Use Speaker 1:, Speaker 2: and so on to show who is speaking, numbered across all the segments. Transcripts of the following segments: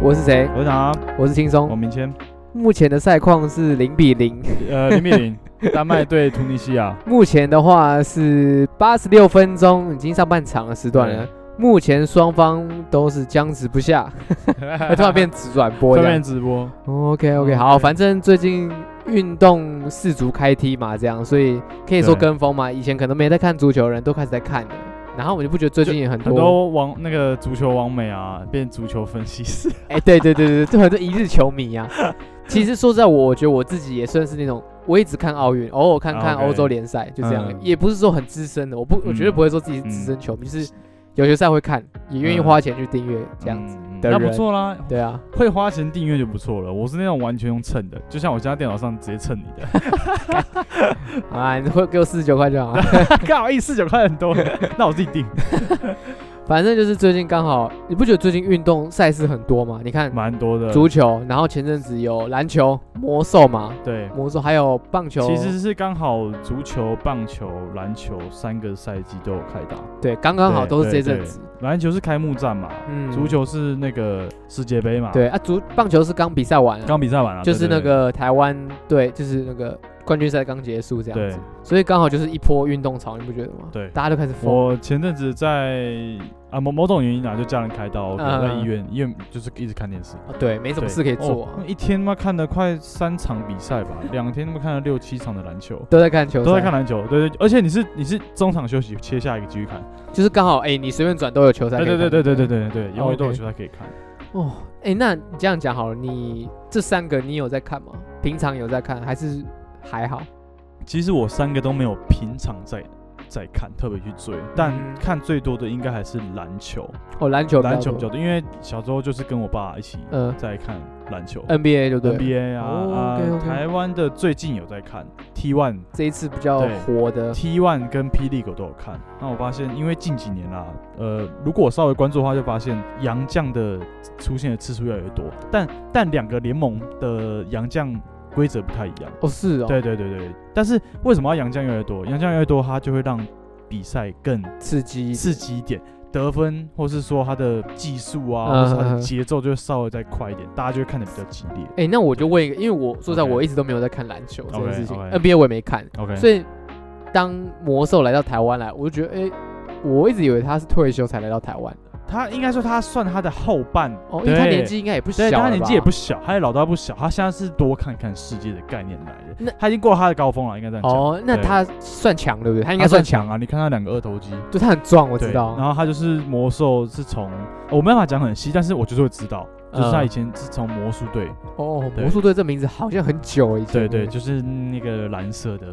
Speaker 1: 我是谁？
Speaker 2: 我是唐昂，
Speaker 1: 我是轻
Speaker 2: 我
Speaker 1: 松。
Speaker 2: 明谦，
Speaker 1: 目前的赛况是零比零。
Speaker 2: 呃，零比零，丹麦对突尼 西亚，
Speaker 1: 目前的话是八十六分钟，已经上半场的时段了。目前双方都是僵持不 下，哎突然变转播
Speaker 2: 对
Speaker 1: 这
Speaker 2: 面
Speaker 1: 样。
Speaker 2: 直播，
Speaker 1: OK OK，
Speaker 2: 嗯
Speaker 1: 好，
Speaker 2: 对
Speaker 1: 反正最近运动四足开踢嘛，这样，所以可以说
Speaker 2: 对
Speaker 1: 跟风嘛。以前可能没在看足球的人都开始在看了，然后我就不觉得最近也很
Speaker 2: 很
Speaker 1: 多，
Speaker 2: 多网那个足球网美啊，变足球分析师，
Speaker 1: 哎、对对对对对，就很多一日球迷啊。其实说实在我，我觉得我自己也算是那种。我一直看奥运，偶尔看看
Speaker 2: 啊，OK
Speaker 1: 欧洲联赛，就这样，
Speaker 2: 嗯
Speaker 1: 也不是说很资深的，我不，我绝对
Speaker 2: 嗯
Speaker 1: 不会说自己是资深球迷，就是有球赛会看，也愿意
Speaker 2: 嗯
Speaker 1: 花钱去订阅 这样子。
Speaker 2: 嗯
Speaker 1: 的
Speaker 2: 那不
Speaker 1: 人
Speaker 2: 错啦，
Speaker 1: 对啊，
Speaker 2: 会花钱订阅就不错了。我是那种完全用蹭的，就像我家电脑上直接蹭你 的，
Speaker 1: 啊，你会给我四十九块就好了。
Speaker 2: 干嘛一四九块很 多？那我自己订，
Speaker 1: 反正就是最近刚好，你不觉得最近运动赛事很多吗？你看
Speaker 2: 蛮多的。
Speaker 1: 足球，然后前阵子有篮球、魔兽嘛，
Speaker 2: 对，
Speaker 1: 魔兽还有棒球，
Speaker 2: 其实是刚好足球、棒球、篮球三个赛季都有开打，
Speaker 1: 对，刚刚好
Speaker 2: 对
Speaker 1: 都是这
Speaker 2: 对
Speaker 1: 阵
Speaker 2: 对
Speaker 1: 子。
Speaker 2: 篮球是开幕战嘛，
Speaker 1: 嗯
Speaker 2: 足球是那个世界杯嘛，，
Speaker 1: 对啊，足棒球是刚比赛完啊了，
Speaker 2: 刚比赛完了，啊
Speaker 1: 就是
Speaker 2: 对
Speaker 1: 那个台湾队，就是那个冠军赛刚结束这
Speaker 2: 对
Speaker 1: 样
Speaker 2: 对
Speaker 1: 子，所以刚好就是一波运动潮，你不觉得吗？
Speaker 2: 对
Speaker 1: 大家都开始疯。
Speaker 2: 我前阵子在啊某某种原因啊，就家人开刀，我可能在
Speaker 1: 嗯
Speaker 2: 医院，医院就是一直看电视。
Speaker 1: 哦对，没什么
Speaker 2: 对
Speaker 1: 事可以做
Speaker 2: 哦
Speaker 1: 啊
Speaker 2: 那，一天嘛看了快三场比赛吧，两天嘛看了六七场的篮球，
Speaker 1: 都在看球赛，
Speaker 2: 都在看篮球。对对，而且你是你是中场休息切下一个继续看。
Speaker 1: 就是刚好哎，你随便转都有球赛可
Speaker 2: 对
Speaker 1: 以看。
Speaker 2: 对对对对对对对，因为都有
Speaker 1: OK
Speaker 2: 球赛可以看。
Speaker 1: 哦，哎、那你这样讲好了，你这三个你有在看吗？平常有在看还是还好？
Speaker 2: 其实我三个都没有平常在在看，特别去追，但
Speaker 1: 嗯
Speaker 2: 看最多的应该还是篮球，
Speaker 1: 哦，篮球，
Speaker 2: 篮球比较，多，因为小时候就是跟我爸一起
Speaker 1: 嗯
Speaker 2: 在看篮球。
Speaker 1: ，NBA 就对了
Speaker 2: NBA 啊，
Speaker 1: 哦
Speaker 2: 啊
Speaker 1: OK，OK
Speaker 2: 台湾的最近有在看 T One、
Speaker 1: 这一次比较
Speaker 2: 对
Speaker 1: 火的，
Speaker 2: T One 跟霹雳狗都有看。那我发现，因为近几年啦，呃，如果我稍微关注的话，就发现洋将的出现的次数越来越多，但但两个联盟的洋将规则不太一样。
Speaker 1: 哦是哦，
Speaker 2: 对对对对，但是为什么要洋将越来越多？洋将越来越多，它就会让比赛更
Speaker 1: 刺激，
Speaker 2: 刺激一点，得分或是说他的技术啊，
Speaker 1: 嗯
Speaker 2: 或是他
Speaker 1: 嗯嗯
Speaker 2: 的节奏就会稍微再快一点，大家就会看得比较激烈。
Speaker 1: 哎、那我就问一个，因为我说实在，
Speaker 2: OK
Speaker 1: 我一直都没有在看篮球这件事情
Speaker 2: OK，OK
Speaker 1: ，NBA 我也没看，
Speaker 2: OK，
Speaker 1: 所以当魔兽来到台湾来，我就觉得，哎、我一直以为他是退休才来到台湾，
Speaker 2: 他应该说他算他的后半
Speaker 1: 哦，因为他
Speaker 2: 对
Speaker 1: 年纪应该也不小
Speaker 2: 对，
Speaker 1: 了吧，
Speaker 2: 他年纪也不小，他也老大不小，他现在是多看看世界的概念来的。
Speaker 1: 那
Speaker 2: 他已经过了他的高峰了，应该这样讲。
Speaker 1: 哦，那
Speaker 2: 对
Speaker 1: 他算强对不对？他
Speaker 2: 他
Speaker 1: 应该算
Speaker 2: 强，啊！你看他两个二头肌，
Speaker 1: 对他很壮，我
Speaker 2: 我
Speaker 1: 知道，
Speaker 2: 然后他就是魔兽，是从我没办法讲很细，但是我就是会知道，就是他以前是从魔术队，
Speaker 1: 哦，
Speaker 2: 对
Speaker 1: 魔术队这名字好像很久以前
Speaker 2: 对
Speaker 1: 了，
Speaker 2: 对，就是那个蓝色的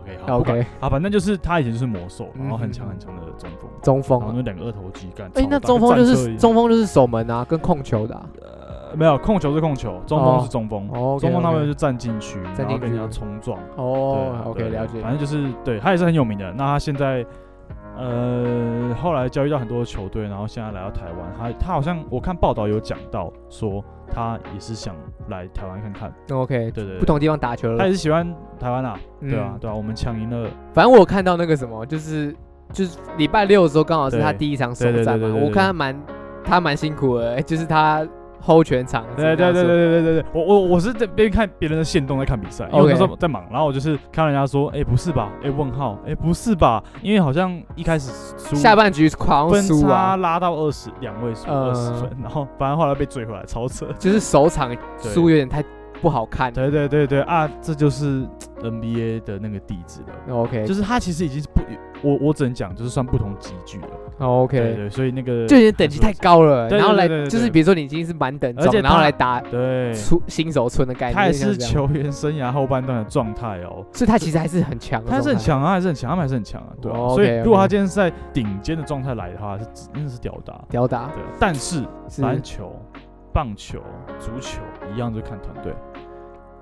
Speaker 2: ，OK，好不管
Speaker 1: OK
Speaker 2: 啊，反正就是他以前就是魔兽，然后
Speaker 1: 嗯
Speaker 2: 很
Speaker 1: 嗯
Speaker 2: 强
Speaker 1: 嗯
Speaker 2: 很强的中锋，
Speaker 1: 中锋
Speaker 2: 然后
Speaker 1: 啊、
Speaker 2: 那两个二头肌干。
Speaker 1: 哎、
Speaker 2: 超
Speaker 1: 那
Speaker 2: 大
Speaker 1: 中锋就
Speaker 2: 战车一
Speaker 1: 是
Speaker 2: 样
Speaker 1: 中锋就是守门啊，跟控球的、啊。
Speaker 2: 呃没有控球是控球，中锋
Speaker 1: 哦
Speaker 2: 是中锋，
Speaker 1: 哦，OK，
Speaker 2: 中锋他
Speaker 1: OK
Speaker 2: 们就站禁区，
Speaker 1: 站
Speaker 2: 然后
Speaker 1: 禁
Speaker 2: 跟人家
Speaker 1: 区
Speaker 2: 冲撞。对
Speaker 1: 哦
Speaker 2: 啊
Speaker 1: ，OK，
Speaker 2: 对
Speaker 1: 了解
Speaker 2: 反。正就是对他也是很有名的。那他现在呃后来交易到很多球队，然后现在来到台湾，他他好像我看报道有讲到说他也是想来台湾看看，
Speaker 1: OK，
Speaker 2: 对对对
Speaker 1: 不同地方打球
Speaker 2: 他
Speaker 1: 了
Speaker 2: 也。是喜欢台湾啦、对啊
Speaker 1: 嗯
Speaker 2: 对啊，我们抢赢了，
Speaker 1: 反正我有看到那个什么，就是就是礼拜六的时候，刚好是他
Speaker 2: 对
Speaker 1: 第一场首
Speaker 2: 对对
Speaker 1: 战
Speaker 2: 对
Speaker 1: 嘛
Speaker 2: 对。对
Speaker 1: 我
Speaker 2: 对
Speaker 1: 看他蛮他蛮辛苦的，欸就是他 hold 全场。
Speaker 2: 对
Speaker 1: 只能这
Speaker 2: 对对
Speaker 1: 样说，
Speaker 2: 对对对对，我我我是在边看别人的线动在看比赛，因为我
Speaker 1: OK
Speaker 2: 那时候在忙，然后我就是看人家说，哎、不是吧，哎、问号，哎、不是吧，因为好像一开始输
Speaker 1: 下半局狂
Speaker 2: 分
Speaker 1: 输
Speaker 2: 差
Speaker 1: 啊，
Speaker 2: 拉到二十两位数
Speaker 1: 嗯
Speaker 2: 二十分，然后反正后来被追回来，超扯。
Speaker 1: 就是首场
Speaker 2: 对
Speaker 1: 输有点太不好看。
Speaker 2: 对对对对啊，这就是 NBA 的那个底子了，
Speaker 1: OK，
Speaker 2: 就是它其实已经是不，我我只能讲就是算不同级距了。对
Speaker 1: 哦 OK，
Speaker 2: 对，所以那个
Speaker 1: 就有点等级太，高了，
Speaker 2: 对对
Speaker 1: 然后来
Speaker 2: 对对对对
Speaker 1: 就是比如说你已经是满等
Speaker 2: 而且
Speaker 1: 中，然后
Speaker 2: 他
Speaker 1: 来打
Speaker 2: 对，
Speaker 1: 出新手村的概念。
Speaker 2: 他也
Speaker 1: 像
Speaker 2: 是
Speaker 1: 这样
Speaker 2: 球员生涯后半段的状态哦。
Speaker 1: 所以他其实还是很强的
Speaker 2: 他还
Speaker 1: 状态，
Speaker 2: 是很强啊，他还是很强，他们还是很强啊，对啊。
Speaker 1: 哦
Speaker 2: 所以
Speaker 1: OK，OK
Speaker 2: 如果他今天是在顶尖的状态来的话，是真的是吊打。
Speaker 1: 吊打
Speaker 2: 对，啊但是
Speaker 1: 是，
Speaker 2: 篮球、棒球、足球一样，就看团队。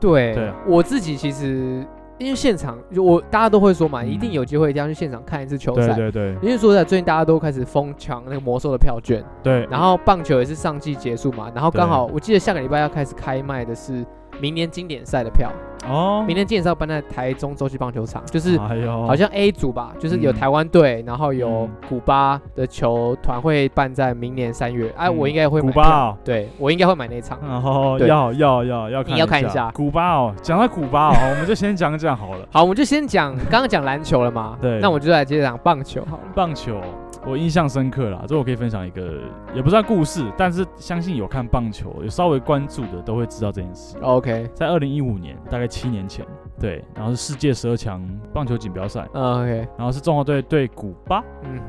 Speaker 1: 对，
Speaker 2: 对啊
Speaker 1: 我自己其实因为现场，就我大家都会说嘛，
Speaker 2: 嗯
Speaker 1: 一定有机会一定要去现场看一次球
Speaker 2: 对
Speaker 1: 赛。
Speaker 2: 对对
Speaker 1: 因为说实在，最近大家都开始疯抢那个魔兽的票券，
Speaker 2: 对，
Speaker 1: 然后棒球也是上季结束嘛，然后刚好我记得下个礼拜要开始开卖的是明年经典赛的票。
Speaker 2: 哦，
Speaker 1: 明年经典赛办在台中洲际棒球场，就是
Speaker 2: 哎呦，
Speaker 1: 好像 A 组吧，就是有
Speaker 2: 嗯
Speaker 1: 台湾队，然后有
Speaker 2: 嗯
Speaker 1: 古巴的球团会办在明年三月。哎，
Speaker 2: 嗯
Speaker 1: 我应该会买
Speaker 2: 古
Speaker 1: 票
Speaker 2: 巴哦
Speaker 1: 对我应该会买那场。
Speaker 2: 然后
Speaker 1: 对
Speaker 2: 要要要要看
Speaker 1: 你要看一下
Speaker 2: 古巴哦，讲到古巴哦， 我们就先讲讲好了。
Speaker 1: 好，我们就先讲，刚刚讲篮球了嘛，
Speaker 2: 对
Speaker 1: 那我就来接着讲棒球好了。
Speaker 2: 棒球我印象深刻啦，这我可以分享一个，也不算故事，但是相信有看棒球、有稍微关注的都会知道这件事。
Speaker 1: OK，
Speaker 2: 在二零一五年，大概七年前，对，然后是世界十二强棒球锦标赛，
Speaker 1: 嗯，OK，
Speaker 2: 然后是中华队对古巴，
Speaker 1: 嗯，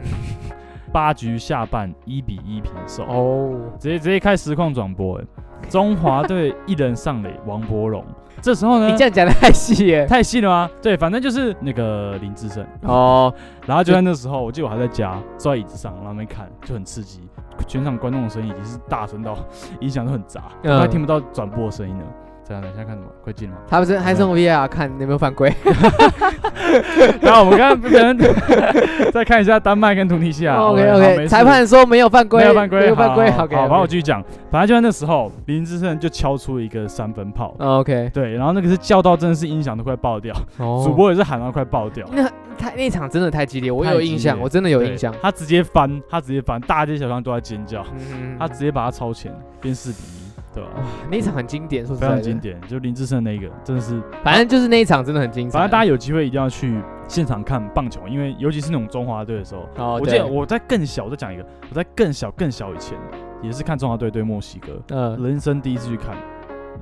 Speaker 2: 八局下半一比一平手，
Speaker 1: 哦，
Speaker 2: 直接直接开实况转播、欸，中华队一人上垒王柏荣，这时候呢
Speaker 1: 你，这样讲得太细 耶。
Speaker 2: 太细了吗？对，反正就是那个林志胜，
Speaker 1: 哦，
Speaker 2: 然后就在那时候，我记得我还在家，坐在椅子上，然后在那边看，就很刺激。全场观众的声音已经是大声到 音响都很杂，
Speaker 1: 嗯？
Speaker 2: 我还听不到转播的声音了。这样，等一下看什么？快进了吗
Speaker 1: 他们是还是用 VR 看有没有犯 规。
Speaker 2: 然后我们刚刚不可能再看一下丹麦跟突尼西 亚。
Speaker 1: OK
Speaker 2: 好没
Speaker 1: OK，
Speaker 2: 事
Speaker 1: 裁判说没有犯规，
Speaker 2: 没有犯规，
Speaker 1: 没有犯规。
Speaker 2: 好，
Speaker 1: OK，
Speaker 2: 好，好我继续讲。反正就在那时候，林志胜就敲出一个三分炮，
Speaker 1: 哦 OK，
Speaker 2: 对，然后那个是叫到真的是音响都快爆掉，
Speaker 1: 哦
Speaker 2: 主播也是喊到快爆掉。
Speaker 1: 那太那场真的太激烈，我
Speaker 2: 太
Speaker 1: 有
Speaker 2: 激
Speaker 1: 印象，
Speaker 2: 烈
Speaker 1: 我真的有
Speaker 2: 对
Speaker 1: 印象。
Speaker 2: 他直接翻，他直接翻，大街小巷都在尖叫。
Speaker 1: 嗯，
Speaker 2: 他直接把他超前，变四比一，对吧、
Speaker 1: 哇，那一场很经典，说实
Speaker 2: 非
Speaker 1: 在
Speaker 2: 常
Speaker 1: 的，
Speaker 2: 经。典，就林志胜那一个，真的是，
Speaker 1: 反正就是那一场真的很精彩。
Speaker 2: 反正大家有机会一定要去现场看棒球，因为尤其是那种中华队的时候，
Speaker 1: 哦，
Speaker 2: 我记
Speaker 1: 对
Speaker 2: 得我在更小，我再讲一个，我在更小更小以前也是看中华队对墨西哥，
Speaker 1: 嗯，
Speaker 2: 人生第一次去看，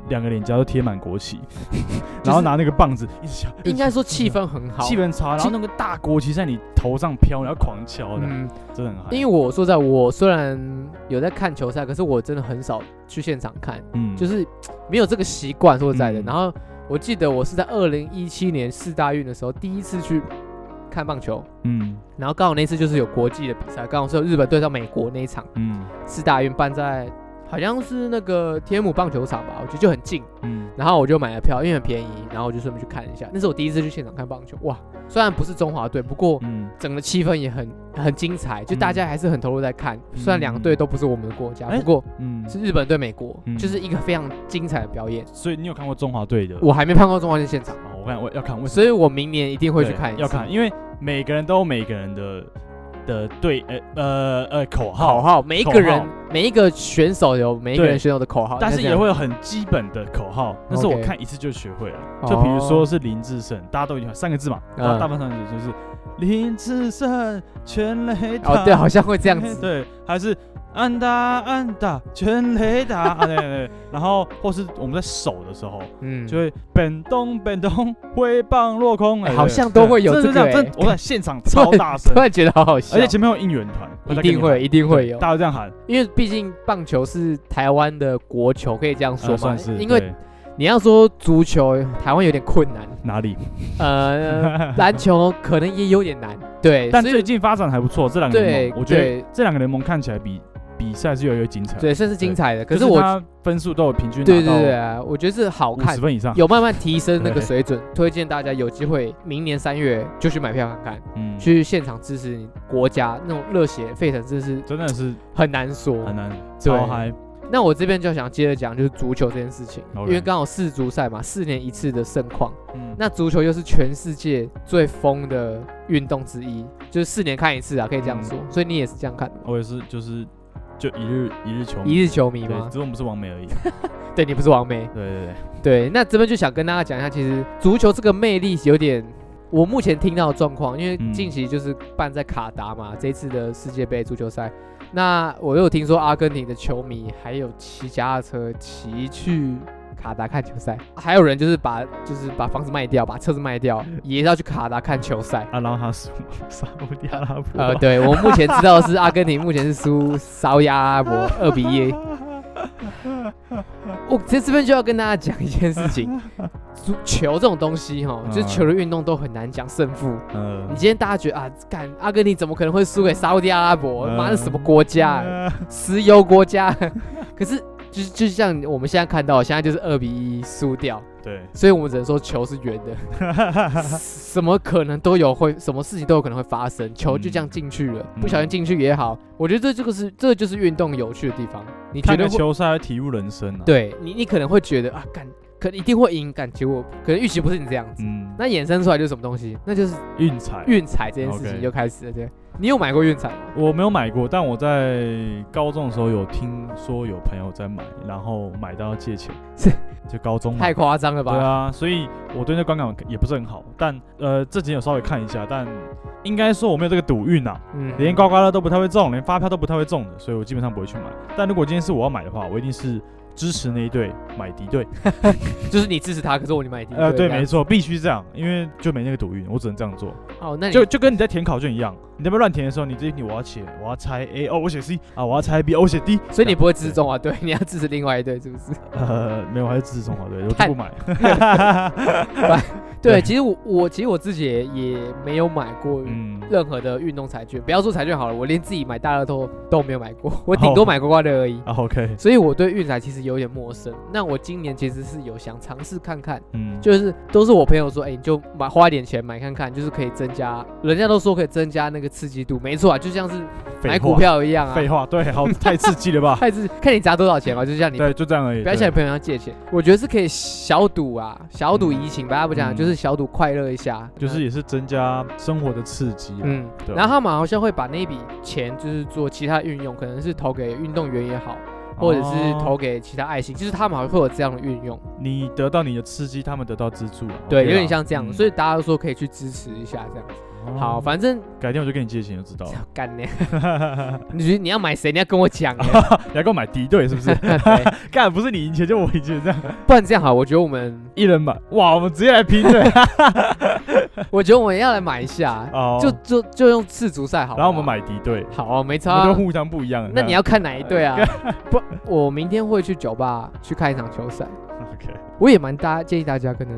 Speaker 2: 两个脸颊都贴满 国旗，
Speaker 1: 就是
Speaker 2: 然后拿那个棒子一直敲，一直
Speaker 1: 应该说
Speaker 2: 敲
Speaker 1: 气。氛很好。
Speaker 2: 气氛差，然后那个大国旗在你头上飘，然后狂敲的，
Speaker 1: 嗯，
Speaker 2: 真的很嗨。
Speaker 1: 因为我说实在，我虽然有在看球赛，可是我真的很少去现场看，
Speaker 2: 嗯
Speaker 1: 就是没有这个习惯。说实在的，
Speaker 2: 嗯
Speaker 1: 然后我记得我是在二零一七年四大运的时候第一次去看棒球，
Speaker 2: 嗯
Speaker 1: 然后刚好那次就是有国际的比赛，刚好是有日本对上美国那一场
Speaker 2: 嗯
Speaker 1: 四大运办在好像是那个天母棒球场吧，我觉得就很近。
Speaker 2: 嗯
Speaker 1: 然后我就买了票，因为很便宜，然后我就顺便去看一下。那是我第一次去现场看棒球，哇！虽然不是中华队，不过
Speaker 2: 嗯，
Speaker 1: 整个气氛也很很精彩，就大家还是很投入在看。
Speaker 2: 嗯
Speaker 1: 虽然两队都不是我们的国家，
Speaker 2: 哎
Speaker 1: 不过
Speaker 2: 嗯，
Speaker 1: 是日本对美国，
Speaker 2: 嗯
Speaker 1: 就是一个非常精彩的表演。
Speaker 2: 所以你有看过中华队的？
Speaker 1: 我还没看过中华队现场，
Speaker 2: 哦我看我要看，为什么
Speaker 1: 所以我明年一定会去看一次。
Speaker 2: 要看，因为每个人都有每个人的的队呃呃呃口
Speaker 1: 口
Speaker 2: 号，
Speaker 1: 号，每一个人
Speaker 2: 口号
Speaker 1: 每一个选手有每一个人选手的口号，
Speaker 2: 但是
Speaker 1: 应该
Speaker 2: 也
Speaker 1: 这样
Speaker 2: 会有很基本的口号，但是我
Speaker 1: OK
Speaker 2: 看一次就学会了。
Speaker 1: 哦
Speaker 2: 就比如说是林志胜，大家都已经三个字嘛，
Speaker 1: 嗯
Speaker 2: 然后大半上就是林志胜全垒打。
Speaker 1: 哦，对，好像会这样子。
Speaker 2: 对，还是安打安打全垒 打啊，对对对。然后或是我们在守的时候，
Speaker 1: 嗯，
Speaker 2: 就会本东本东挥棒落空，
Speaker 1: 哎
Speaker 2: 哎
Speaker 1: 好
Speaker 2: 对
Speaker 1: 像都
Speaker 2: 对
Speaker 1: 会有
Speaker 2: 真的
Speaker 1: 这个
Speaker 2: 是这样
Speaker 1: 哎
Speaker 2: 真我在现场超大 声
Speaker 1: 突，然觉得好好笑，
Speaker 2: 而且前面有应援团，会
Speaker 1: 一
Speaker 2: 在跟
Speaker 1: 定
Speaker 2: 你
Speaker 1: 会
Speaker 2: 喊
Speaker 1: 一定会
Speaker 2: 对
Speaker 1: 有。
Speaker 2: 大家都这样喊，
Speaker 1: 因为毕竟棒球是台湾的国球，可以这样说
Speaker 2: 呃
Speaker 1: 嘛。
Speaker 2: 算是
Speaker 1: 因为
Speaker 2: 对
Speaker 1: 你要说足球，台湾有点困难，
Speaker 2: 哪里，
Speaker 1: 呃，篮球可能也有点难。 对，
Speaker 2: 但
Speaker 1: 所以
Speaker 2: 最近发展还不错，这两个联
Speaker 1: 对
Speaker 2: 盟，我觉
Speaker 1: 对
Speaker 2: 得这两个联盟看起来比比赛是越来越精彩。
Speaker 1: 对算是精彩的。可
Speaker 2: 就是
Speaker 1: 我，
Speaker 2: 它分数都有平均
Speaker 1: 对对
Speaker 2: 拿到
Speaker 1: 对啊，我觉得是好
Speaker 2: 五
Speaker 1: 看
Speaker 2: 十，分以上，
Speaker 1: 有慢慢提 升那个
Speaker 2: 对
Speaker 1: 水准。推荐大家有机会明年三月就去买票看看，
Speaker 2: 嗯，
Speaker 1: 去现场支持你国家那种热血沸腾，真是
Speaker 2: 真的是
Speaker 1: 很难说。
Speaker 2: 很难
Speaker 1: 对
Speaker 2: 超嗨，
Speaker 1: 那我这边就想接着讲，就是足球这件事情，因
Speaker 2: OK
Speaker 1: 为刚好世足赛嘛，四年一次的盛况。
Speaker 2: 嗯
Speaker 1: 那足球又是全世界最疯的运动之一，就是四年看一次啊，可以
Speaker 2: 嗯
Speaker 1: 这样说。所以你也是这样看的吗？
Speaker 2: 我也是就是就一日一日穷，
Speaker 1: 一日球迷
Speaker 2: 对，
Speaker 1: 吗
Speaker 2: 只？是我们是王 美而已，
Speaker 1: 对，你不是王梅。
Speaker 2: 对对对，
Speaker 1: 对，那这边就想跟大家讲一下，其实足球这个魅力有点，我目前听到的状况，因为
Speaker 2: 嗯
Speaker 1: 近期就是办在卡达嘛，这一次的世界杯足球赛。那我有听说阿根廷的球迷还有骑脚踏车骑去卡达看球赛，还有人就是把就是把房子卖掉，把车子卖 掉，也要去卡达看球赛。
Speaker 2: 阿拉哈 苏沙乌地阿拉伯，
Speaker 1: 呃，对我目前知道的是阿根廷目前是输沙特阿拉伯二比一。我在这边就要跟大家讲一件事情，足球这种东西哈，
Speaker 2: 嗯
Speaker 1: 就是球类运动都很难讲胜负。
Speaker 2: 呃
Speaker 1: 你今天大家觉得啊，干阿根廷怎么可能会输给沙特阿拉伯？
Speaker 2: 嗯
Speaker 1: 妈的什么国家？啊
Speaker 2: 呃
Speaker 1: 石油国家？啊 可是就是就像我们现在看到，现在就是二比一输掉，
Speaker 2: 对，
Speaker 1: 所以我们只能说球是圆的， 什么可能都有会，什么事情都有可能会发生，球就这样进去了，
Speaker 2: 嗯
Speaker 1: 不小心进去也好，我觉得这这个是这就是运动有趣的地方，你觉
Speaker 2: 看
Speaker 1: 得
Speaker 2: 个
Speaker 1: 会
Speaker 2: 球赛会体悟人生啊，
Speaker 1: 对你你可能会觉得啊，干可能一定会赢，感结果可能预期不是你这样子，
Speaker 2: 嗯，
Speaker 1: 那衍生出来就是什么东西？那就是
Speaker 2: 运彩
Speaker 1: 运彩这件事情
Speaker 2: OK
Speaker 1: 就开始了。对，你有买过运彩吗？
Speaker 2: 我没有买过，但我在高中的时候有听说有朋友在买，然后买到要借钱，
Speaker 1: 是
Speaker 2: 就高中嘛
Speaker 1: 太夸张了吧？
Speaker 2: 嗯对啊，所以我对那观感也不是很好。但呃，这几天有稍微看一下，但应该说我没有这个赌运啊，
Speaker 1: 嗯，
Speaker 2: 连刮刮乐都不太会中，连发票都不太会中的，所以我基本上不会去买。但如果今天是我要买的话，我一定是支持那一队，买敌队。
Speaker 1: 就是你支持他，可是我你买低。
Speaker 2: 呃，
Speaker 1: 这
Speaker 2: 对，
Speaker 1: 样
Speaker 2: 没错，必须这样，因为就没那个赌运，我只能这样做。
Speaker 1: 哦，那你
Speaker 2: 就就跟你在填考卷一样，你在那边乱填的时候，你这题我要写，我要猜 A，哦，我写 C 啊，我要猜 B，哦，我写 D。
Speaker 1: 所以你不会支持中华队，你要支持另外一队，是不是？
Speaker 2: 呃，没有，我还是支持中华队，我就
Speaker 1: 看
Speaker 2: 不买。
Speaker 1: 对，
Speaker 2: 对
Speaker 1: 其实我我其实我自己也也没有买过
Speaker 2: 嗯，
Speaker 1: 任何的运动彩券，不要说彩券好了，我连自己买大乐透都没有买过，我
Speaker 2: 哦
Speaker 1: 顶多买刮刮乐而已。
Speaker 2: 啊，OK，
Speaker 1: 所以我对运彩其实有点陌生。那我今年其实是有想尝试看看，
Speaker 2: 嗯，
Speaker 1: 就是都是我朋友说，哎、你就买花一点钱买看看，就是可以增加，人家都说可以增加那个刺激度，没错啊，就像是
Speaker 2: 废
Speaker 1: 买
Speaker 2: 话
Speaker 1: 股。票一样啊。
Speaker 2: 废话，对，好，太刺激了吧？
Speaker 1: 还是看你砸多少钱嘛，就像 你
Speaker 2: 对，就这样而已。
Speaker 1: 不要
Speaker 2: 对
Speaker 1: 向你朋友要借钱，我觉得是可以小赌啊，小赌怡情吧，大家不讲
Speaker 2: 嗯
Speaker 1: 就是小赌快乐一下，
Speaker 2: 就是也是增加生活的刺激啦。
Speaker 1: 嗯，
Speaker 2: 对啊
Speaker 1: 然后他们好像会把那笔钱就是做其他运用，可能是投给运动员也好，或者是
Speaker 2: 哦
Speaker 1: 投给其他爱心，就是他们好像会有这样的运用，
Speaker 2: 你得到你的刺激，他们得到资哦助啊。
Speaker 1: 对，
Speaker 2: OK
Speaker 1: 有
Speaker 2: 啦
Speaker 1: 点像这样，
Speaker 2: 嗯
Speaker 1: 所以大家都说可以去支持一下这样。
Speaker 2: 哦
Speaker 1: 好，反 正
Speaker 2: 改天我就跟你借钱就知道了。
Speaker 1: 干你，你觉得你要买谁，你要跟我 讲耶，
Speaker 2: 你要给我买敌对是不是？
Speaker 1: 对
Speaker 2: 干，不是你赢钱就我赢钱，这样
Speaker 1: 不然这样好，我觉得我们，
Speaker 2: 一人买，哇，我们直接来拼 对。
Speaker 1: 我觉得我们要来买一下，
Speaker 2: 哦，
Speaker 1: 就就就用世足赛好了，
Speaker 2: 然后我们买敌对，
Speaker 1: 好啊，没差
Speaker 2: 我
Speaker 1: 啊
Speaker 2: 们就互相不一样。
Speaker 1: 那你要看哪一队啊
Speaker 2: 呃？
Speaker 1: 不，我明天会去酒吧去看一场球赛，
Speaker 2: OK，
Speaker 1: 我也蛮大建议大家可能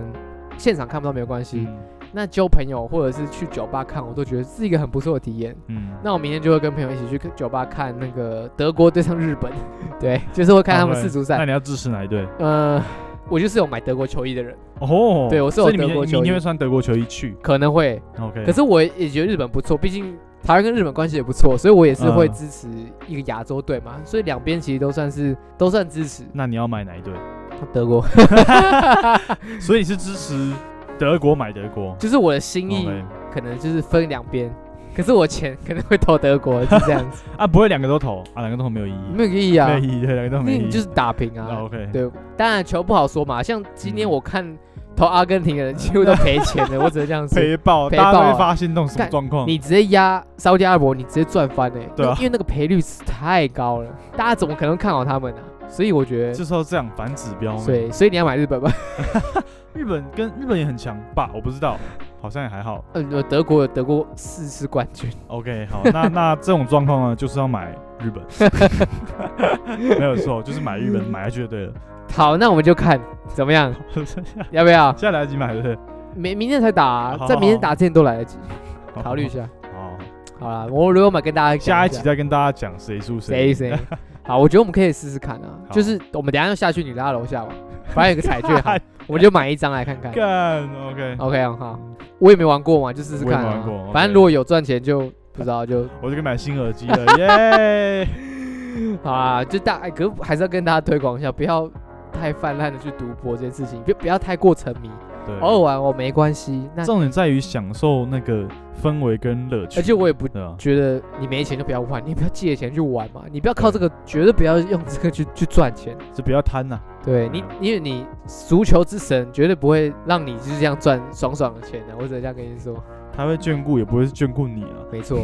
Speaker 1: 现场看不到没有关系，
Speaker 2: 嗯
Speaker 1: 那交朋友或者是去酒吧看，我都觉得是一个很不错的体验。
Speaker 2: 嗯，
Speaker 1: 那我明天就会跟朋友一起去酒吧看那个德国对上日本， 对，就是会看他们
Speaker 2: 好
Speaker 1: 世足
Speaker 2: 那
Speaker 1: 赛。
Speaker 2: 你要支持哪一队？
Speaker 1: 呃，我就是有买德国球衣的人，
Speaker 2: 哦，
Speaker 1: 对我是有
Speaker 2: 所以你明
Speaker 1: 德国
Speaker 2: 天
Speaker 1: 球衣
Speaker 2: 明天会穿德国球衣去。
Speaker 1: 可能会，
Speaker 2: OK，
Speaker 1: 可是我也觉得日本不错，毕竟台湾跟日本关系也不错，所以我也是会支持一个亚洲队嘛，所以两边其实都算是都算支持
Speaker 2: 那你要买哪一队？
Speaker 1: 德国。
Speaker 2: 所以你是支持德国买德国。
Speaker 1: 就是我的心意
Speaker 2: OK
Speaker 1: 可能就是分两边，可是我钱 可能会投德国，就这 样子，
Speaker 2: 啊，不会两个都投啊，两个都投没有意义，
Speaker 1: 没有意义啊
Speaker 2: 没，有意义，对，两个都没
Speaker 1: 那
Speaker 2: 有意
Speaker 1: 你
Speaker 2: 义。
Speaker 1: 就是打平
Speaker 2: 啊
Speaker 1: 啊。
Speaker 2: OK，
Speaker 1: 对，当然球不好说嘛，像今天
Speaker 2: 嗯
Speaker 1: 我看投阿根廷的人几乎都赔钱的，我只能这样说。
Speaker 2: 赔爆，
Speaker 1: 赔
Speaker 2: 大家
Speaker 1: 爆
Speaker 2: 都
Speaker 1: 啊
Speaker 2: 会发现那种什么
Speaker 1: 干
Speaker 2: 状况。
Speaker 1: 你直接压沙特阿拉伯，你直接赚翻哎、
Speaker 2: 对啊
Speaker 1: 因为因为那个赔率是太高了，大家怎么可能看好他们呢、啊所以我觉得，
Speaker 2: 就是要这样反指标嘛。
Speaker 1: 所以所以你要买日 本吧？
Speaker 2: 日本跟日本也很强吧？我不知道，好像也还好。
Speaker 1: 嗯，有德国有得过四次冠军，
Speaker 2: OK，好，那那这种状况呢，就是要买日本，没有错，就是买日本，买下去就对了。
Speaker 1: 好，那我们就看怎么 样，要不要？
Speaker 2: 现在来得及买，对不对？
Speaker 1: 明明天才打、啊，
Speaker 2: 好
Speaker 1: 在明天打之前都来得及，考虑一下。
Speaker 2: 好，
Speaker 1: 好啦，我如果买跟大家讲
Speaker 2: 下一集
Speaker 1: 下
Speaker 2: 再跟大家讲谁输
Speaker 1: 谁
Speaker 2: 谁。
Speaker 1: 谁。 好，我觉得我们可以试试看啊，
Speaker 2: 好
Speaker 1: 就是我们等一下要下去你拉楼下 吧，反正有个彩券行，我们就买一张来看看。
Speaker 2: 干？OK，
Speaker 1: OK 啊，好，我也没玩过嘛，就试试看
Speaker 2: 我也没
Speaker 1: 啊
Speaker 2: 玩过。
Speaker 1: 反正
Speaker 2: OK
Speaker 1: 如果有赚钱就 不知道就
Speaker 2: 我就可以买新耳机了，耶！
Speaker 1: 好啊，就大哎可是还是要跟大家推广一下，不要太泛滥的去赌博这件事情，不不要太过沉迷，
Speaker 2: 对，
Speaker 1: 偶尔玩我没关系。那
Speaker 2: 重点在于享受那个氛围跟乐趣。
Speaker 1: 而且我也不
Speaker 2: 对啊，
Speaker 1: 觉得你没钱就不要玩，你不要借钱去玩嘛，你不要靠这个，绝对不要用这个去去赚钱。
Speaker 2: 就不要贪呐、
Speaker 1: 对你，因为你足球之神绝对不会让你就是这样赚爽爽的钱的、啊我只能这样跟你说。
Speaker 2: 他会眷顾，也不会是眷顾你了、
Speaker 1: 没错，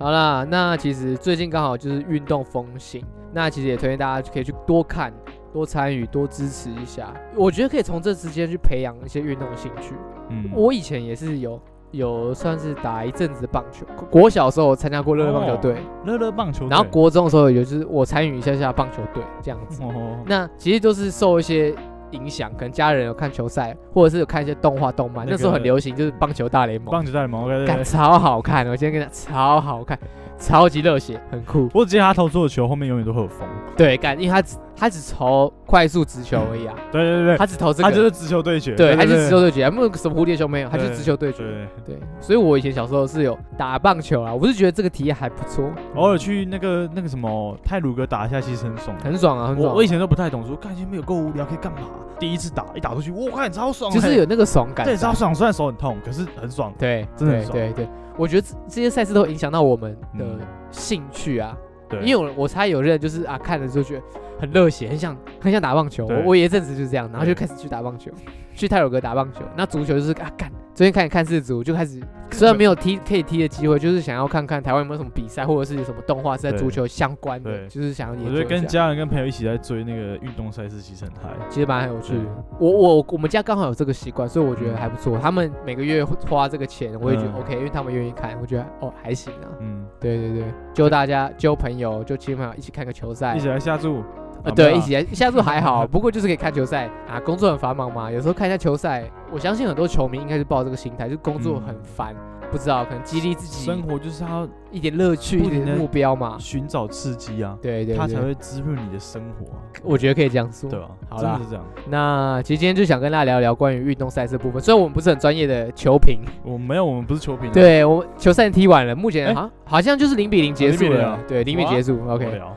Speaker 1: 好啦，那其实最近刚好就是运动风行，那其实也推荐大家可以去多看、多参与、多支持一下。我觉得可以从这之间去培养一些运动兴趣。
Speaker 2: 嗯，
Speaker 1: 我以前也是有有算是打一阵子棒球，国小的时候参加过乐乐棒球队，
Speaker 2: 乐乐棒球队，
Speaker 1: 然后国中的时候有就是我参与一下下棒球队这样子。
Speaker 2: 哦，
Speaker 1: 那其实都是受一些影响，可能家人有看球赛，或者是有看一些动画、动漫。那
Speaker 2: 那个
Speaker 1: 时候很流行，就是棒球大联盟，
Speaker 2: 棒球大联盟，OK，对
Speaker 1: 干
Speaker 2: 对对
Speaker 1: 超好看！我今天跟你讲，超好看，超级热血，很酷。
Speaker 2: 我只记得他投出的球后面永远都会有风，
Speaker 1: 对，干，因为他只他只投快速直球而已 啊，
Speaker 2: 对对对对，
Speaker 1: 他只投这
Speaker 2: 他就
Speaker 1: 个。
Speaker 2: 是直球对决，
Speaker 1: 对，
Speaker 2: 对
Speaker 1: 他就是直球对决，没有什么蝴蝶球没有，他就是直球对
Speaker 2: 对
Speaker 1: 决。
Speaker 2: 对，
Speaker 1: 对，所以我以前小时候是有打棒球啊，我是觉得这个体验还不错，
Speaker 2: 偶尔去那个那个什么泰鲁格打一下，其实很爽。
Speaker 1: 很爽啊，很爽
Speaker 2: 我
Speaker 1: 啊。
Speaker 2: 我以前都不太懂，说干前面有够无聊，可以干嘛？第一次打，一打出去，我看超爽欸，
Speaker 1: 就是有那个爽感在。
Speaker 2: 对超爽，虽然手很痛，可是很爽。
Speaker 1: 对，
Speaker 2: 真的
Speaker 1: 对
Speaker 2: 很爽
Speaker 1: 对对，我觉得这这些赛事都影响到我们的
Speaker 2: 嗯
Speaker 1: 兴趣啊，
Speaker 2: 对，
Speaker 1: 因为我我猜有人就是啊，看了之后觉得很热血，很想很想打棒球。我
Speaker 2: 对
Speaker 1: 我有一阵子就是这样，然后就
Speaker 2: 对
Speaker 1: 开始去打棒球，去泰鲁格打棒球。那足球就是啊，干，昨天开始看世足，就开 始虽然没有踢可以踢的机会，就是想要看看台湾有没有什么比赛或者是什么动画是在
Speaker 2: 对
Speaker 1: 足球相关的，
Speaker 2: 对
Speaker 1: 就是想要研
Speaker 2: 我
Speaker 1: 究
Speaker 2: 觉得跟
Speaker 1: 一下。
Speaker 2: 家人跟朋友一起在追那个运动赛事，其实很嗨。
Speaker 1: 其实蛮有趣的
Speaker 2: 对，
Speaker 1: 我我我们家刚好有这个习惯，所以我觉得还不错。他们每个月花这个钱，我也觉得
Speaker 2: 嗯
Speaker 1: OK，因为他们愿意看，我觉得哦还行啊。
Speaker 2: 嗯，
Speaker 1: 对对对，揪大家揪朋友，揪亲朋友一起看个球赛
Speaker 2: 一，起来啊下注。
Speaker 1: 哎呃，
Speaker 2: 好
Speaker 1: 对，
Speaker 2: 吧
Speaker 1: 一起来下注还好， 不过就是可以看球赛啊，工作很繁忙嘛，有时候看一下球赛，我相信很多球迷应该是抱这个心态，就工作很烦，不知道可能激励自己
Speaker 2: 生活就是要
Speaker 1: 一点乐趣，一
Speaker 2: 不停
Speaker 1: 点
Speaker 2: 地
Speaker 1: 目标嘛，
Speaker 2: 寻找刺激啊，
Speaker 1: 对对
Speaker 2: 它才
Speaker 1: 对，
Speaker 2: 会滋润你的生活啊，
Speaker 1: 我觉得可以这样说。
Speaker 2: 对吧？
Speaker 1: 好
Speaker 2: 真
Speaker 1: 啦
Speaker 2: 的是这样。
Speaker 1: 那其实今天就想跟大家聊聊关于运动赛事的部分，虽然我们不是很专业的球评，
Speaker 2: 我没有，我们不是球评啊，
Speaker 1: 对我们球赛踢完了，目前
Speaker 2: 哎
Speaker 1: 好像好像就是零比零结束
Speaker 2: 0-0
Speaker 1: 了
Speaker 2: 啊，
Speaker 1: 对，哦零比
Speaker 2: 哇
Speaker 1: 结束
Speaker 2: 无
Speaker 1: ，OK。
Speaker 2: 聊。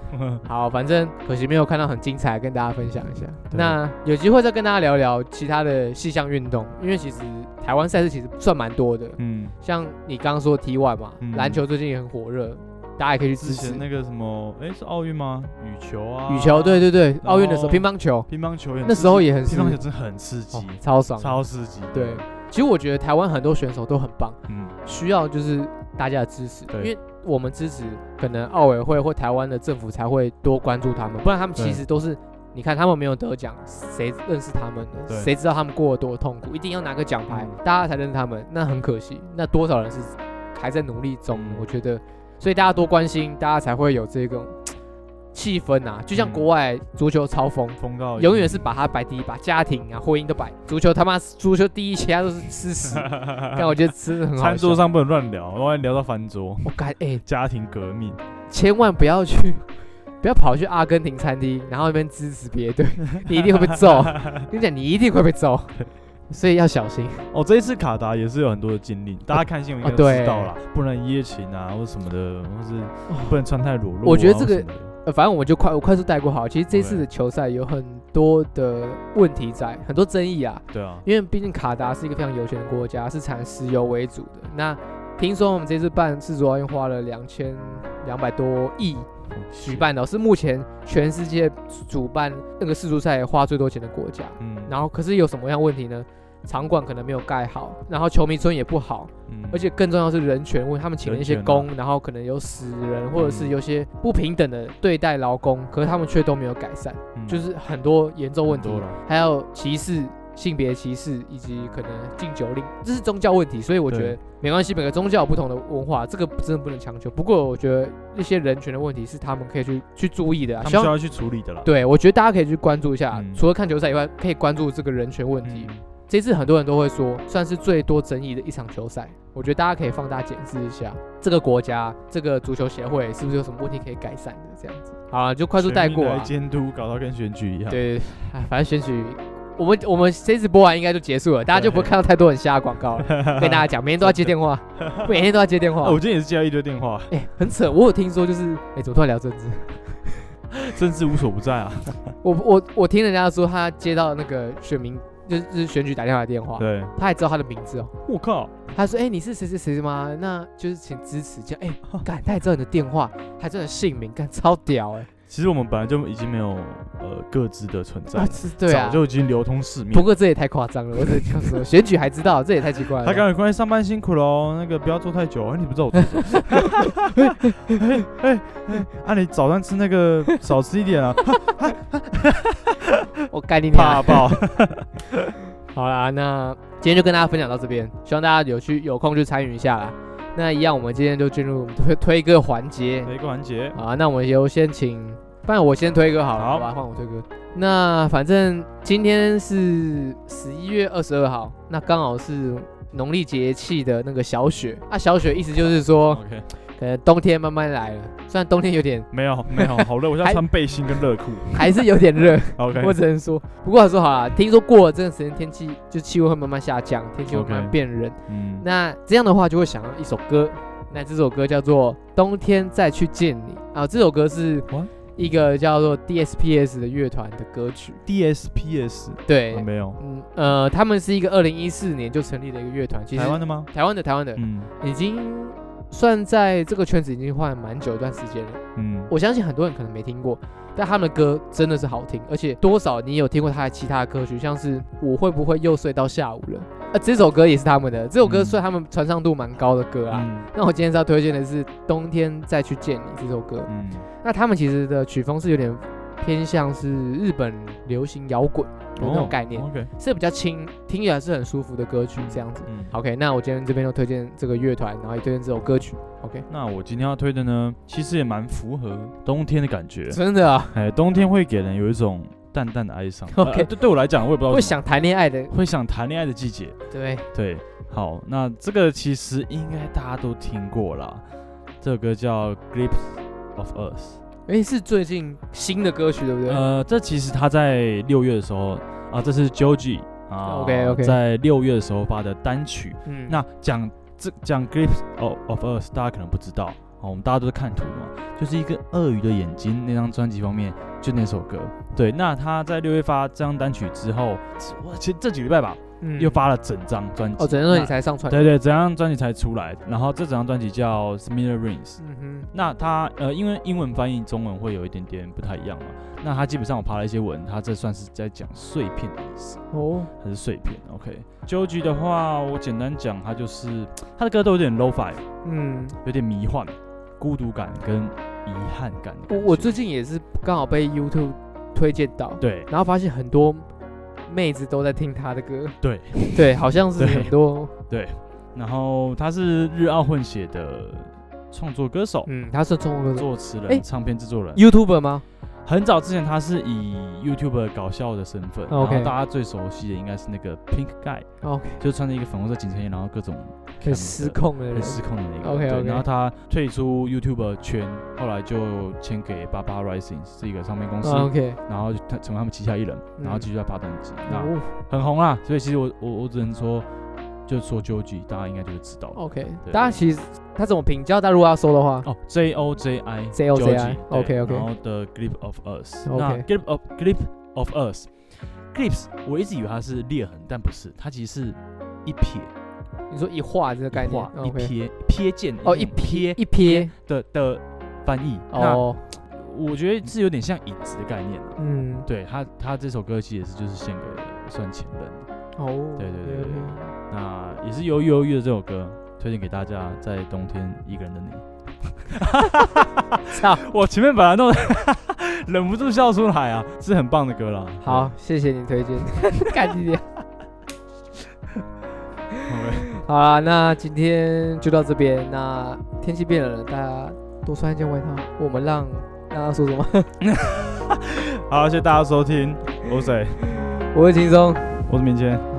Speaker 1: 好，反正可惜没有看到很精彩，跟大家分享一下。
Speaker 2: 对
Speaker 1: 那有机会再跟大家聊聊其他的细项运动，因为其实台湾赛事其实算蛮多的，
Speaker 2: 嗯，
Speaker 1: 像你刚刚说 T1 嘛，
Speaker 2: 嗯
Speaker 1: 篮球最近也很火热，大家也可以去支
Speaker 2: 之
Speaker 1: 持
Speaker 2: 前。那个什么，哎，是奥运吗？羽球啊，
Speaker 1: 羽球，对对对，
Speaker 2: 后
Speaker 1: 奥运的时候乒乓球
Speaker 2: 乒乓球也很
Speaker 1: 那时候也很
Speaker 2: 乒乓球
Speaker 1: 是
Speaker 2: 真的很刺激
Speaker 1: 哦，超爽，
Speaker 2: 超刺激。
Speaker 1: 对。其实我觉得台湾很多选手都很棒，
Speaker 2: 嗯，
Speaker 1: 需要就是大家的支持，
Speaker 2: 对
Speaker 1: 因为我们支持，可能奥委会或台湾的政府才会多关注他们，不然他们其实都是，你看他们没有得奖，谁认识他们呢
Speaker 2: 对？
Speaker 1: 谁知道他们过得多痛苦？一定要拿个奖牌，
Speaker 2: 嗯
Speaker 1: 大家才认识他们，那很可惜。那多少人是还在努力中？
Speaker 2: 嗯
Speaker 1: 我觉得，所以大家多关心，大家才会有这种气氛啊。就像
Speaker 2: 嗯哦
Speaker 1: 国外足球超疯，
Speaker 2: 疯到
Speaker 1: 永远是把它摆第一，把家庭啊、婚姻都摆足球，他妈足球第一，其他都是吃 屎。但我觉得吃的很好笑。
Speaker 2: 餐桌上不能乱聊，万一聊到翻桌，
Speaker 1: 我感哎、
Speaker 2: 家庭革命。
Speaker 1: 千万不要去， 不要跑去阿根廷餐厅，然后那边支持别队，你一定会被揍。跟你讲，你一定会被揍，所以要小心。
Speaker 2: 哦，这一次卡达也是有很多的禁令，大家看新闻应该
Speaker 1: 啊
Speaker 2: 都
Speaker 1: 对
Speaker 2: 知道啦，不能一夜情啊，或什么的，或是不能穿太裸露啊。
Speaker 1: 我觉得这个
Speaker 2: 或什么的
Speaker 1: 呃，反正我就快我快速带过好。其实这次
Speaker 2: 对
Speaker 1: 的球赛有很多的问题在，很多争议啊，
Speaker 2: 对啊，
Speaker 1: 因为毕竟卡达是一个非常有钱的国家，是产石油为主的。那听说我们这次办世足奥运花了两千两百多亿举办的哦，是目前全世界主办那个世足赛花最多钱的国家。
Speaker 2: 嗯，嗯
Speaker 1: 然后可是有什么样问题呢？场馆可能没有盖好，然后球迷村也不好，
Speaker 2: 嗯
Speaker 1: 而且更重要是人权问题，他们请了一些
Speaker 2: 人权啊
Speaker 1: 工，然后可能有死人，或者是有些不平等的对待劳工，可是他们却都没有改善，
Speaker 2: 嗯
Speaker 1: 就是很多严重问题
Speaker 2: 很多了，
Speaker 1: 还有歧视、性别歧视以及可能禁酒令，这是宗教问题，所以我觉
Speaker 2: 对
Speaker 1: 得没关系，每个宗教有不同的文化，这个真的不能强求。不过我觉得一些人权的问题是他们可以去去注意的啊，
Speaker 2: 他们
Speaker 1: 希
Speaker 2: 需
Speaker 1: 望
Speaker 2: 要去处理的啦。
Speaker 1: 对，我觉得大家可以去关注一下，
Speaker 2: 嗯
Speaker 1: 除了看球赛以外，可以关注这个人权问题。
Speaker 2: 嗯，
Speaker 1: 这次很多人都会说，算是最多争议的一场球赛。我觉得大家可以放大检视一下，这个国家这个足球协会是不是有什么问题可以改善的？这样子，好了，就快速带过
Speaker 2: 全民
Speaker 1: 啊
Speaker 2: 来。监督搞到跟选举一样。，
Speaker 1: 对，哎反正选举，我们我们这次播完应该就结束了，大家 就不会看到太多很瞎的广告了。跟大家讲，每天都要接电话，每天都要接电
Speaker 2: 啊，
Speaker 1: 话
Speaker 2: 我。今天也是接到一堆电话，
Speaker 1: 哎、很扯，我有听说就是，哎、怎么突然聊政治？
Speaker 2: 政治无所不在啊。
Speaker 1: 我我我听人家说，他接到那个选民就是就是选举打电话的电话，
Speaker 2: 对，
Speaker 1: 他还知道他的名字哦。
Speaker 2: 我靠，
Speaker 1: 他说：“哎、你是谁谁谁吗？那就是请支持。”这样，哎、
Speaker 2: 哦
Speaker 1: 干，他还知道你的电话，还知道你的姓名，干超屌哎、
Speaker 2: 其实我们本来就已经没有呃各自的存在
Speaker 1: 啊，
Speaker 2: 了，
Speaker 1: 是对啊
Speaker 2: 早。就已经流通市面
Speaker 1: 不。过这也太夸张了，我只能这样说，选举还知道，这也太奇怪了。
Speaker 2: 他刚才关于上班辛苦喽，那个不要坐太久啊！你不知道我做什么？哎哎哎啊，你早上吃那个少吃一点啊，
Speaker 1: 我干你
Speaker 2: 怕
Speaker 1: 娘！
Speaker 2: 爆。
Speaker 1: 好啦，那今天就跟大家分享到这边，希望大家有去有空去参与一下啦。那一样，我们今天就进入我们推推歌环节。
Speaker 2: 哪一个环节？
Speaker 1: 啊，那我们就先请，不然我先推歌好了，
Speaker 2: 好
Speaker 1: 好吧？换我推歌。那反正今天是十一月二十二号，那刚好是农历节气的那个小雪啊。小雪意思就是说，
Speaker 2: OK，
Speaker 1: 可能冬天慢慢来了，虽然冬天有点
Speaker 2: 没有没有，好热，我现在穿背心跟热裤。
Speaker 1: 还是有点热，
Speaker 2: OK，
Speaker 1: 我只能说。不过说好啦，听说过了这段时间天气就气温会慢慢下降，天气会慢慢
Speaker 2: OK
Speaker 1: 变冷。
Speaker 2: 嗯，
Speaker 1: 那这样的话就会想到一首歌，那这首歌叫做《冬天再去见你》啊，这首歌是
Speaker 2: What？
Speaker 1: 一个叫做 DSPS 的乐团的歌曲。
Speaker 2: DSPS
Speaker 1: 对
Speaker 2: 啊，没有，
Speaker 1: 嗯呃，他们是一个二零一四年就成立的一个乐团，其实
Speaker 2: 台湾的吗？
Speaker 1: 台湾的台湾的、
Speaker 2: 嗯
Speaker 1: 已经算在这个圈子已经换蛮久一段时间了。
Speaker 2: 嗯，
Speaker 1: 我相信很多人可能没听过，但他们的歌真的是好听，而且多少你有听过他的其他的歌曲，像是《我会不会又睡到下午了》啊，这首歌也是他们的，这首歌
Speaker 2: 嗯
Speaker 1: 算他们传唱度蛮高的歌啊。
Speaker 2: 嗯
Speaker 1: 那我今天是要推荐的是《冬天再去见你》这首歌，
Speaker 2: 嗯
Speaker 1: 那他们其实的曲风是有点偏向是日本流行摇滚的
Speaker 2: 哦
Speaker 1: 那种概念，
Speaker 2: OK，
Speaker 1: 是比较轻，听起来是很舒服的歌曲这样子。
Speaker 2: 嗯，好。
Speaker 1: OK，那我今天这边就推荐这个乐团，然后也推荐这首歌曲。OK，
Speaker 2: 那我今天要推的呢，其实也蛮符合冬天的感觉。
Speaker 1: 真的啊，
Speaker 2: 哎，冬天会给人有一种淡淡的哀伤。
Speaker 1: OK
Speaker 2: 呃对对我来讲，我也不知道
Speaker 1: 会
Speaker 2: 为什
Speaker 1: 想谈恋爱的，
Speaker 2: 么会想谈恋爱的季节。
Speaker 1: 对，
Speaker 2: 对，好，那这个其实应该大家都听过啦。这首歌叫《Grips of Us》。
Speaker 1: 诶，是最近新的歌曲对不对？
Speaker 2: 呃，这其实他在六月的时候啊，这是 Joji 啊
Speaker 1: OK，OK
Speaker 2: 在六月的时候发的单曲。
Speaker 1: 嗯，
Speaker 2: 那讲这讲 Grips of of Us，大家可能不知道啊，我们大家都是看图嘛，就是一个鳄鱼的眼睛那张专辑方面就那首歌。对，那他在六月发这张单曲之后，我其实这几个礼拜吧，
Speaker 1: 嗯
Speaker 2: 又发了整张专辑。
Speaker 1: 哦，只能说
Speaker 2: 那
Speaker 1: 你才上传。
Speaker 2: 对对，整张专辑才出来，然后这整张专辑叫《Similar Rings》。
Speaker 1: 嗯
Speaker 2: 那它呃，因为英文翻译中文会有一点点不太一样嘛。那它基本上我爬了一些文，它这算是在讲碎片的意思，
Speaker 1: 哼，哦，
Speaker 2: 它是碎片。OK，究极的话，我简单讲，它就是它的歌都有点 low-fi，
Speaker 1: 嗯，
Speaker 2: 有点迷幻、孤独感跟遗憾感的感
Speaker 1: 我
Speaker 2: 觉。
Speaker 1: 我最近也是刚好被 YouTube 推荐到，
Speaker 2: 对
Speaker 1: 然后发现很多妹子都在听他的歌，
Speaker 2: 对
Speaker 1: 对，好像是
Speaker 2: 对
Speaker 1: 很多，
Speaker 2: 对，然后他是日澳混血的创作歌手、
Speaker 1: 嗯，他是中文歌手
Speaker 2: 作词人、
Speaker 1: 哎
Speaker 2: 唱片制作人。
Speaker 1: ，YouTuber 吗？
Speaker 2: 很早之前，他是以 YouTube 搞笑的身份，然后
Speaker 1: OK
Speaker 2: 大家最熟悉的应该是那个 Pink Guy，
Speaker 1: OK，
Speaker 2: 就穿着一个粉红色紧身衣，然后各种
Speaker 1: 哦很失控的人
Speaker 2: 很，失控的那个。
Speaker 1: OK，
Speaker 2: 对
Speaker 1: OK
Speaker 2: 然后他退出 YouTube 圈，后来就签给 Baba Rising 是一个唱片公司，
Speaker 1: 啊 OK，
Speaker 2: 然后就他成为他们旗下艺人，
Speaker 1: 嗯
Speaker 2: 然后继续在发专辑，那
Speaker 1: 哦
Speaker 2: 很红啦。所以其实我我我只能说，就说 Joji，大家应该就会知道。
Speaker 1: OK，
Speaker 2: 对
Speaker 1: 大家其实他怎么评价？大家如果要搜的话，
Speaker 2: 哦，J O J I
Speaker 1: J O J I
Speaker 2: Joji，对
Speaker 1: OK，OK
Speaker 2: 然后的 Grip of Us，
Speaker 1: OK
Speaker 2: 那 Grip of Grip of Us。Grips，我一直以为它是裂痕，但不是，它其实是一撇
Speaker 1: 你说一画这个概
Speaker 2: 一
Speaker 1: 念
Speaker 2: 画一
Speaker 1: OK
Speaker 2: 瞥瞥见
Speaker 1: 哦，一
Speaker 2: 那种瞥
Speaker 1: 瞥一瞥，
Speaker 2: 的的翻译。那
Speaker 1: 哦，
Speaker 2: 我觉得是有点像影子的概念啊、
Speaker 1: 嗯，
Speaker 2: 对他，他这首歌其实也是就是献给算前任。
Speaker 1: 哦，
Speaker 2: 对对对对
Speaker 1: OK，OK
Speaker 2: 那也是由于忧郁的这首歌，推荐给大家，在冬天一个人的你。
Speaker 1: 操！
Speaker 2: 我前面把它弄得忍不住笑出来啊，是很棒的歌啦。
Speaker 1: 好，谢谢你推荐， 感谢你。
Speaker 2: 对，OK
Speaker 1: 好啦，那今天就到这边。那天气变冷了，大家多穿一件外套。我们让大家说什么？
Speaker 2: 好，谢谢大家收听，我是谁？
Speaker 1: 我是轻松，
Speaker 2: 我是明谦，
Speaker 1: 好，